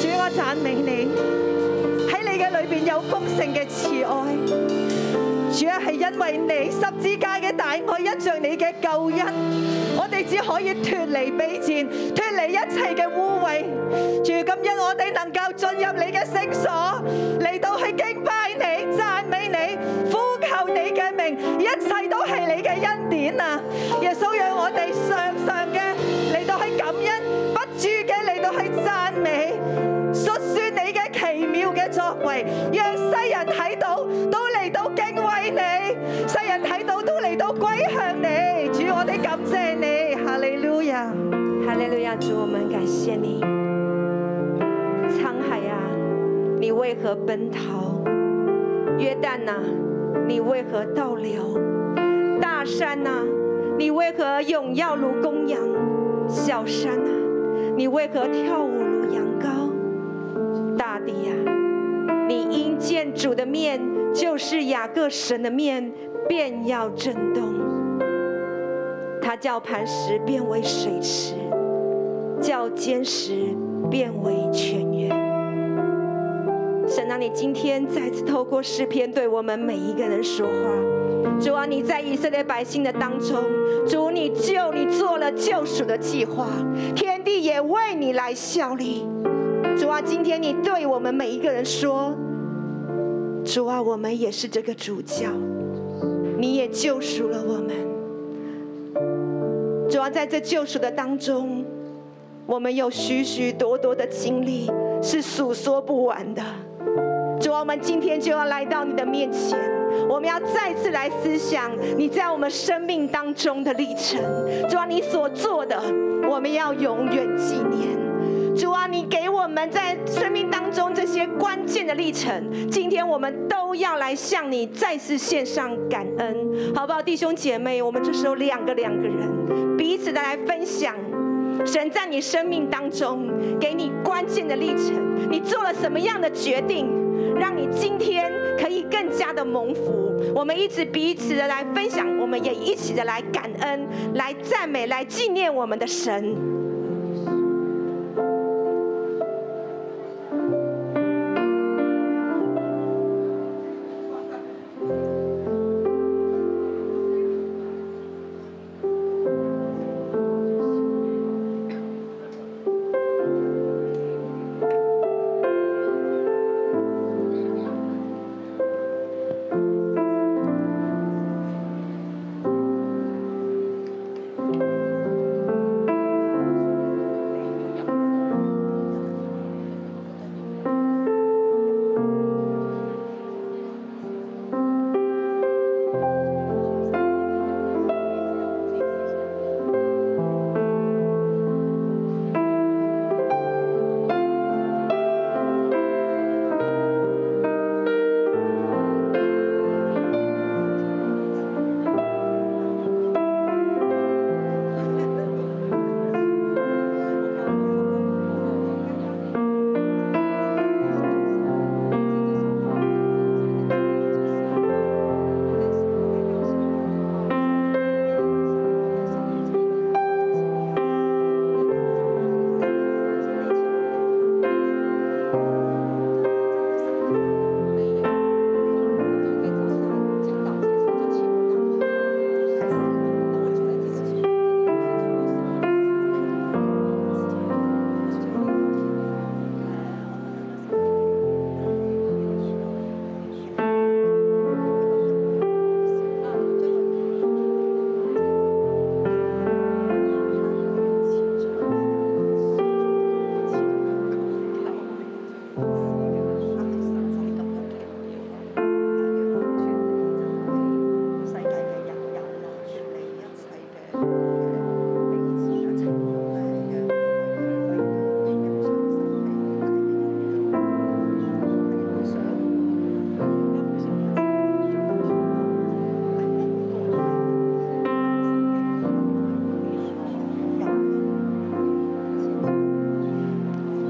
主，我赞美你，喺你嘅里边有丰盛嘅慈爱。主啊，系因为你十字架嘅大爱，因着你嘅救恩，我哋只可以脱离卑贱，脱离一切嘅污秽。主，今因我哋能够进入你嘅圣所，嚟到去敬拜你、赞美你、呼求你嘅名，一切都系你嘅恩典啊！耶稣让我哋常常嘅嚟到去感恩，不住嘅嚟到去赞美。述说你嘅奇妙嘅作為，讓世人睇到都嚟到敬畏你，世人睇到都嚟到歸向你。主，我哋感謝你，哈利路亞。
哈利路亚，主，我们感谢你。沧海啊，你为何奔逃？约旦呐、你为何倒流？大山呐、你为何踊跃如公羊？小山呐、你为何跳舞如羊羔？大地呀、你因见主的面，就是雅各神的面，便要震动。他叫磐石变为水池，叫坚石变为泉源。神啊，你今天再次透过诗篇对我们每一个人说话。主啊，你在以色列百姓的当中，主你救你做了救赎的计划，天地也为你来效力。主啊，今天你对我们每一个人说，主啊，我们也是这个主教，你也救赎了我们。主要啊在这救赎的当中，我们有许许多多的经历是诉说不完的。主啊，我们今天就要来到你的面前，我们要再次来思想你在我们生命当中的历程。主啊，你所做的，我们要永远纪念。主啊，你给我们在生命当中这些关键的历程，今天我们都要来向你再次献上感恩，好不好，弟兄姐妹？我们这时候两个两个人，彼此的来分享。神在你生命当中给你关键的历程，你做了什么样的决定？让你今天可以更加的蒙福。我们一直彼此的来分享，我们也一起的来感恩、来赞美、来纪念我们的神。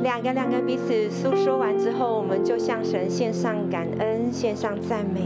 两个两个彼此诉说完之后，我们就向神献上感恩，献上赞美。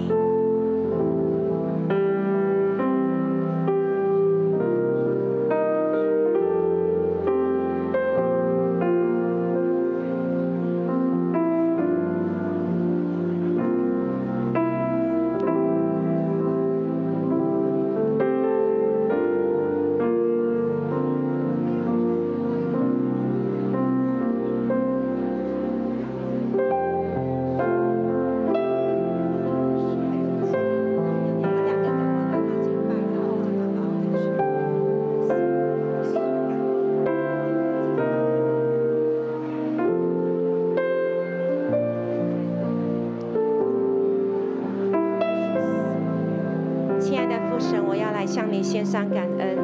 亲爱的父神，我要来向你献上感恩。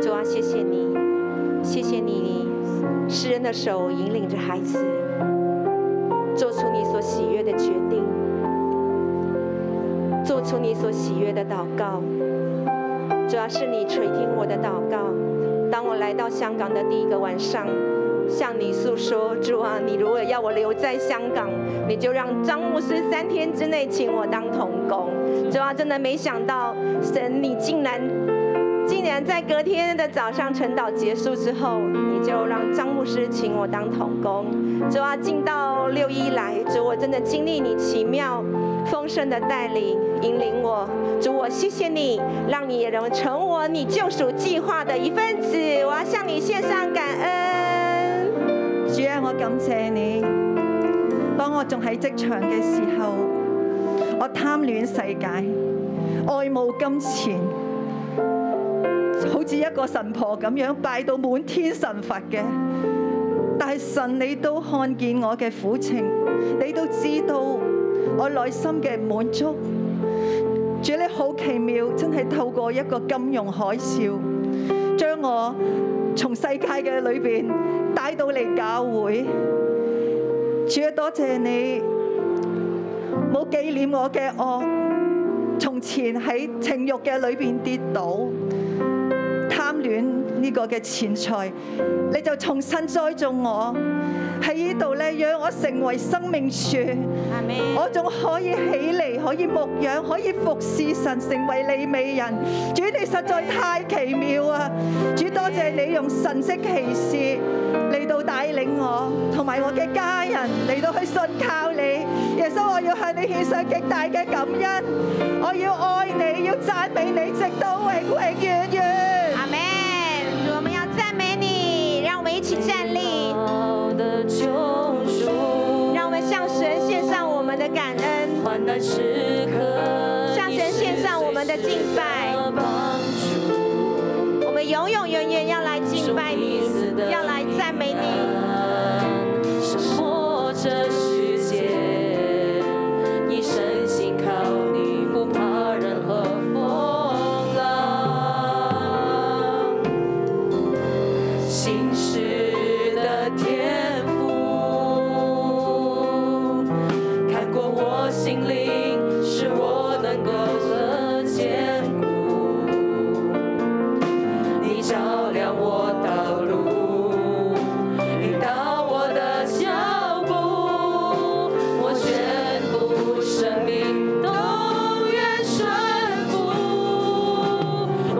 主啊，谢谢你，谢谢你，诗人的手引领着孩子，做出你所喜悦的决定，做出你所喜悦的祷告。主要是你垂听我的祷告。当我来到香港的第一个晚上，向你诉说，主啊，你如果要我留在香港，你就让张牧师三天之内请我当童工。主啊，真的没想到，神你竟然竟然在隔天的早上晨祷结束之后，你就让张牧师请我当童工。主啊，进到六一来，主我真的经历你奇妙丰盛的带领引领我。主我谢谢你，让你也能成我你救赎计划的一份子。我要向你献上感恩。
主啊，我感謝你，當我仲喺職場嘅時候，我貪戀世界，愛慕金錢，好似一個神婆咁樣拜到滿天神佛嘅。但係神，你都看見我嘅苦情，你都知道我內心嘅滿足。主你好奇妙，真係透過一個金融海嘯。將我從世界嘅裏邊帶到嚟教會。主啊，多謝你冇紀念我嘅惡，從前喺情欲嘅裏邊跌倒，貪戀
呢個嘅錢財，你就重新栽種我喺呢度咧，讓我成為生命樹。
阿妹
我仲可以起嚟，可以牧養，可以服侍神，成為利美人。主你實在太奇妙啊！主多謝你用神蹟奇事嚟到帶領我，同埋我嘅家人嚟到去信靠你。耶穌，我要向你獻上極大嘅感恩，我要愛你，要讚美你，直到永永遠遠。
阿门！主，我们要赞美你，让我们一起站立，
我的救赎，
让我们向神献上我们的感恩，
患难时刻，
向神献上我们的敬拜。我们永永远远要来敬拜你，要来赞美你。
生活这世界，一生信靠你，不怕任何风浪。心事的天赋，看过我心灵，使我能够得坚固。你照亮我道路，引导我的脚步，我全部生命都愿顺服，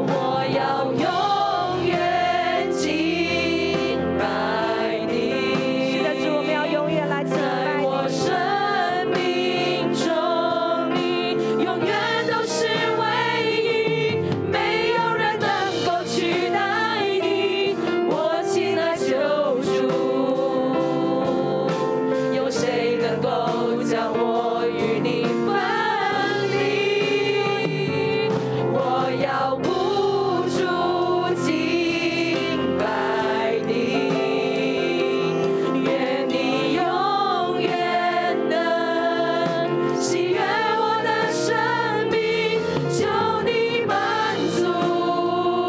我要永远敬拜你。
但是我们要永远来敬
在
拜
我
你。
生命中，你永远都是唯一，没有人能够取代你，我亲爱救主，有谁能够将我与你分离？我要不住敬拜你，愿你永远能喜悦我的生命，求你满足我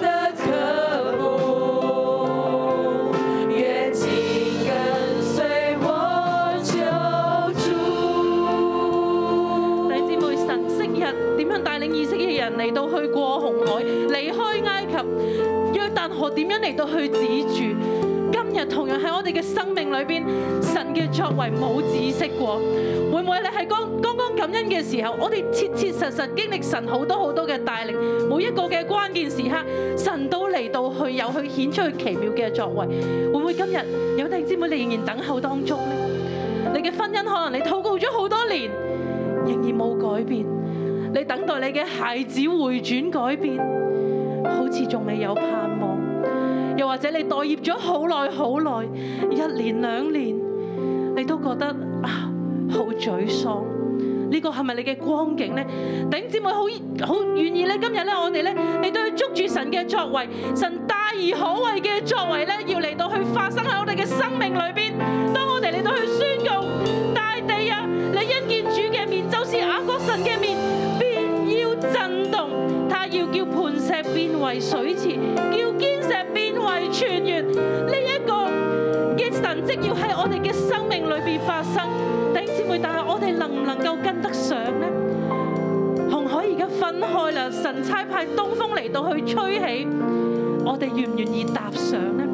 的渴慕，愿紧跟随我救主。
弟兄姊妹，神昔日點樣帶領以色列人嚟到去過紅海，離開埃及，約旦河點樣嚟到去止住？今日同樣喺我哋嘅生命裏邊，神嘅作為冇止息過。會唔會你喺剛剛剛感恩嘅時候，我哋切切實實經歷神好多好多嘅帶領，每一個嘅關鍵時刻，神都嚟到去有去顯出佢奇妙嘅作為。會唔會今日有弟兄姊妹你仍然等候當中呢？你嘅婚姻可能你禱告咗好多年，仍然冇改變。你等待你嘅孩子回轉改變，好似仲未有盼望。又或者你待業咗好耐好耐，一年兩年，你都覺得啊好沮喪。呢個係咪你嘅光景呢？頂姊妹好好願意咧，今日咧我哋咧，你都要捉住神嘅作為，神大而可為嘅作為咧，要嚟到去發生喺我哋嘅生命裏邊。當我哋嚟到去宣告大地啊，你因見主嘅面就是雅各神嘅面，便要震動。他要叫磐石變為水池，叫堅石變為泉源。呢、一個嘅神迹要喺我哋嘅生命裏邊發生。弟兄姊妹，但係我哋能唔能夠跟得上呢？紅海而家分開啦，神差派東風嚟到去吹起，我哋願唔願意踏上呢？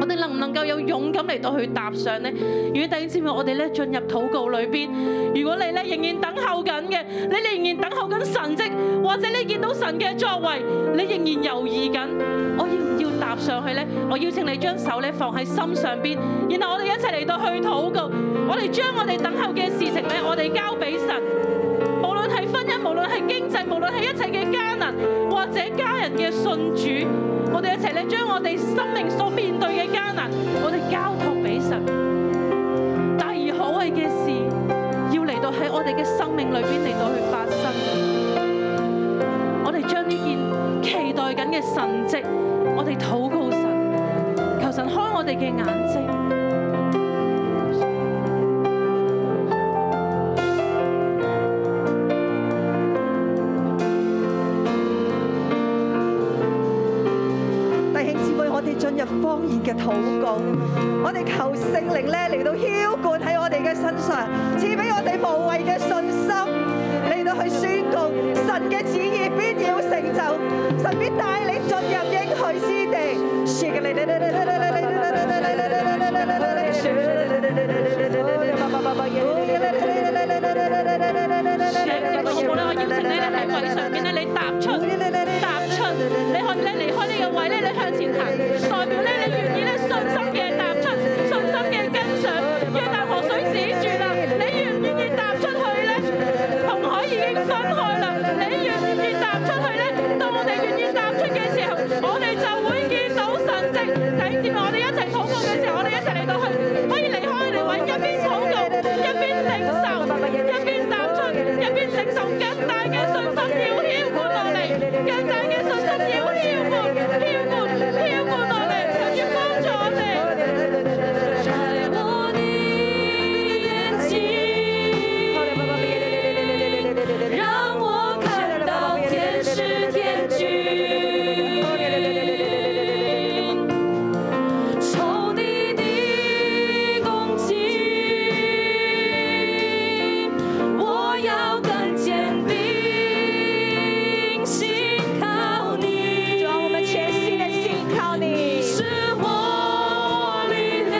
我哋能唔能夠有勇敢嚟到去踏上呢？如果弟兄姊妹，我哋咧進入禱告裏邊，如果你咧仍然等候緊嘅，你仍然等候緊神蹟，或者你見到神嘅作為，你仍然猶豫緊，我要唔要踏上去呢？我邀請你將手咧放喺心上邊，然後我哋一齊嚟到去禱告，我哋將我哋等候嘅事情咧，我哋交俾神。無論係婚姻，無論係經濟，無論係一切嘅艱難，或者家人嘅信主，我哋一齊咧將我哋生命所面對嘅艱難，我哋交託俾神。大而可畏嘅事，要嚟到喺我哋嘅生命裏邊嚟到去發生。我哋將呢件期待緊嘅神蹟，我哋禱告神，求神開我哋嘅眼睛。
弟兄姊妹，我哋進入方言嘅禱告，我哋求聖靈咧嚟到澆灌喺我哋嘅身上，賜俾我哋無畏嘅信心，嚟到
到去宣告神嘅旨意必要成就，神必帶你進入應許之地。
上節目咧，我邀請你咧喺位上面咧，你踏出踏出，你可以咧離開呢個位咧，你向前行，代表咧你願意咧信心嘅踏出，信心嘅跟上，約旦河水止住啦，你願唔願意踏出去咧？紅海已經分開啦，你願唔願意踏出去咧？當我哋願意踏出嘅時候，我哋就會見到神跡。弟兄姊妹，我哋一齊禱告嘅時候，我哋一齊嚟到去，可以離開你位，一邊禱告，一邊領受，一邊踏出，一邊領受更大嘅信心要澆灌落嚟，更大嘅信心要澆灌，澆灌，澆灌落嚟，神要幫助我哋。
让我看到天使天君，从你的攻击，我要更坚定，信靠你。
主啊，我们全心的信靠你。
是我力量，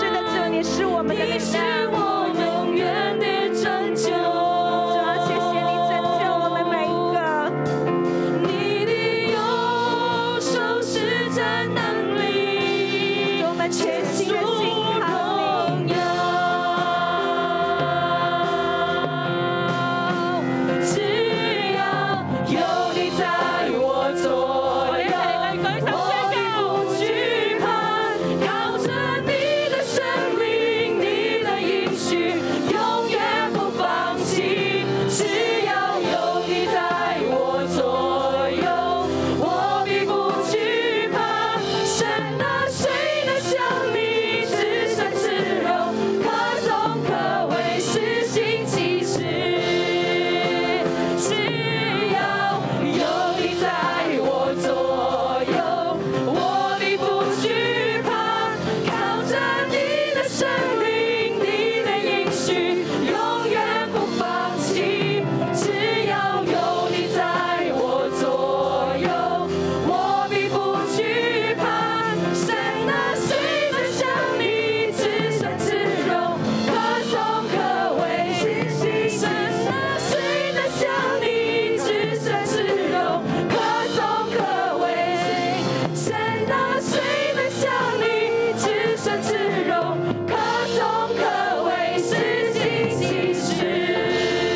是的，主，你是我们的力
你是
量。
我永远的拯救。
主啊，谢谢你拯救我们每一个。
你的右手施展能力，
我们全心
属
的信靠你。
荣耀。只要有你在我左右，我不惧怕，靠着你的生命，你的应许，永远不放弃。只要有你在我左右，我必不惧怕。神啊，谁能像你至善至柔，可颂可畏，是心其事。只要有你在我左右，我必不惧怕。靠着你的神灵，你的应许，永远不放弃。只要有你在我左右，我必不惧怕。神啊，谁能像你至善至柔，可颂可畏？神啊，谁能像你至善至柔，可颂可畏？神啊，谁能像你至善至柔，可颂可畏，是尽其事。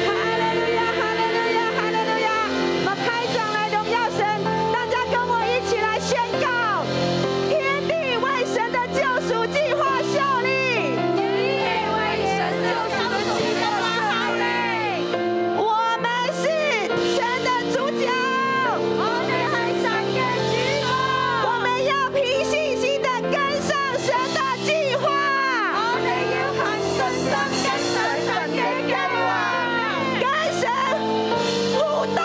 哈利路亚，哈利路亚，哈利路亚！我们开掌来荣耀神，大家跟我一起来宣告：天地为神的救赎计划效力。我们是神的主角，我哋係神嘅主角，我們要憑信心的跟上神的計劃，我哋要憑信心跟上神嘅計劃，跟神互動，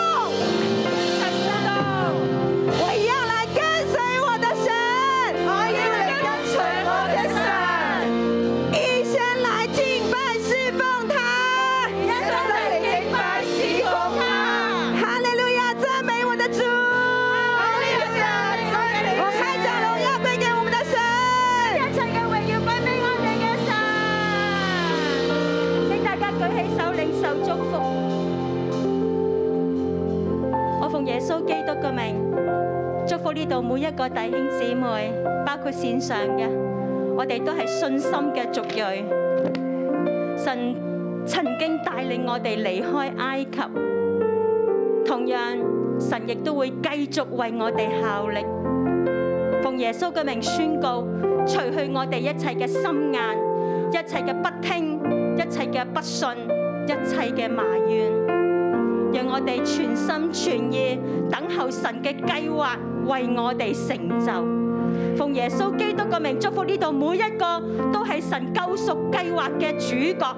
我要來跟隨我的神，我要來跟隨我的神。一生来敬拜侍奉他，一生来敬拜侍奉他。哈利路亚，赞美我的主！哈利路亚，赞美我开掌荣耀归给我们的神，一切嘅荣耀归俾我哋嘅神。
请大家举起手领受祝福。我奉耶穌基督嘅名，祝福呢度每一個弟兄姊妹，包括線上嘅，我哋都係信心嘅族裔。神曾經帶領我哋離開埃及，同樣神亦都會繼續為我哋效力。奉耶穌嘅名宣告，除去我哋一切嘅心眼，一切嘅不聽，一切嘅不信，一切嘅埋怨，讓我哋全心全意等候神嘅計劃為我哋成就。奉耶穌基督嘅名祝福呢度每一個都係神救贖計劃嘅主角，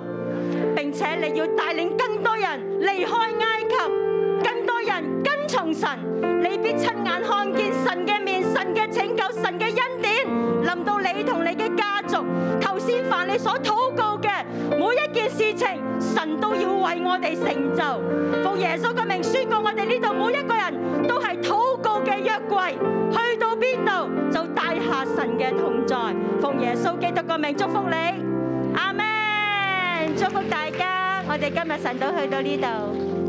並且你要帶領更多人離開埃及。更多人跟從神，你必親眼看見神嘅面、神嘅拯救、神嘅恩典臨到你同你嘅家族。頭先凡你所禱告嘅每一件事情，神都要為
為我哋成就。奉耶穌嘅名宣告，我哋呢度每一個人都係禱告嘅約櫃，去到邊度就帶下神嘅同在。奉耶穌基督嘅名祝福你，阿門！祝福大家，我哋今日神都去到呢度。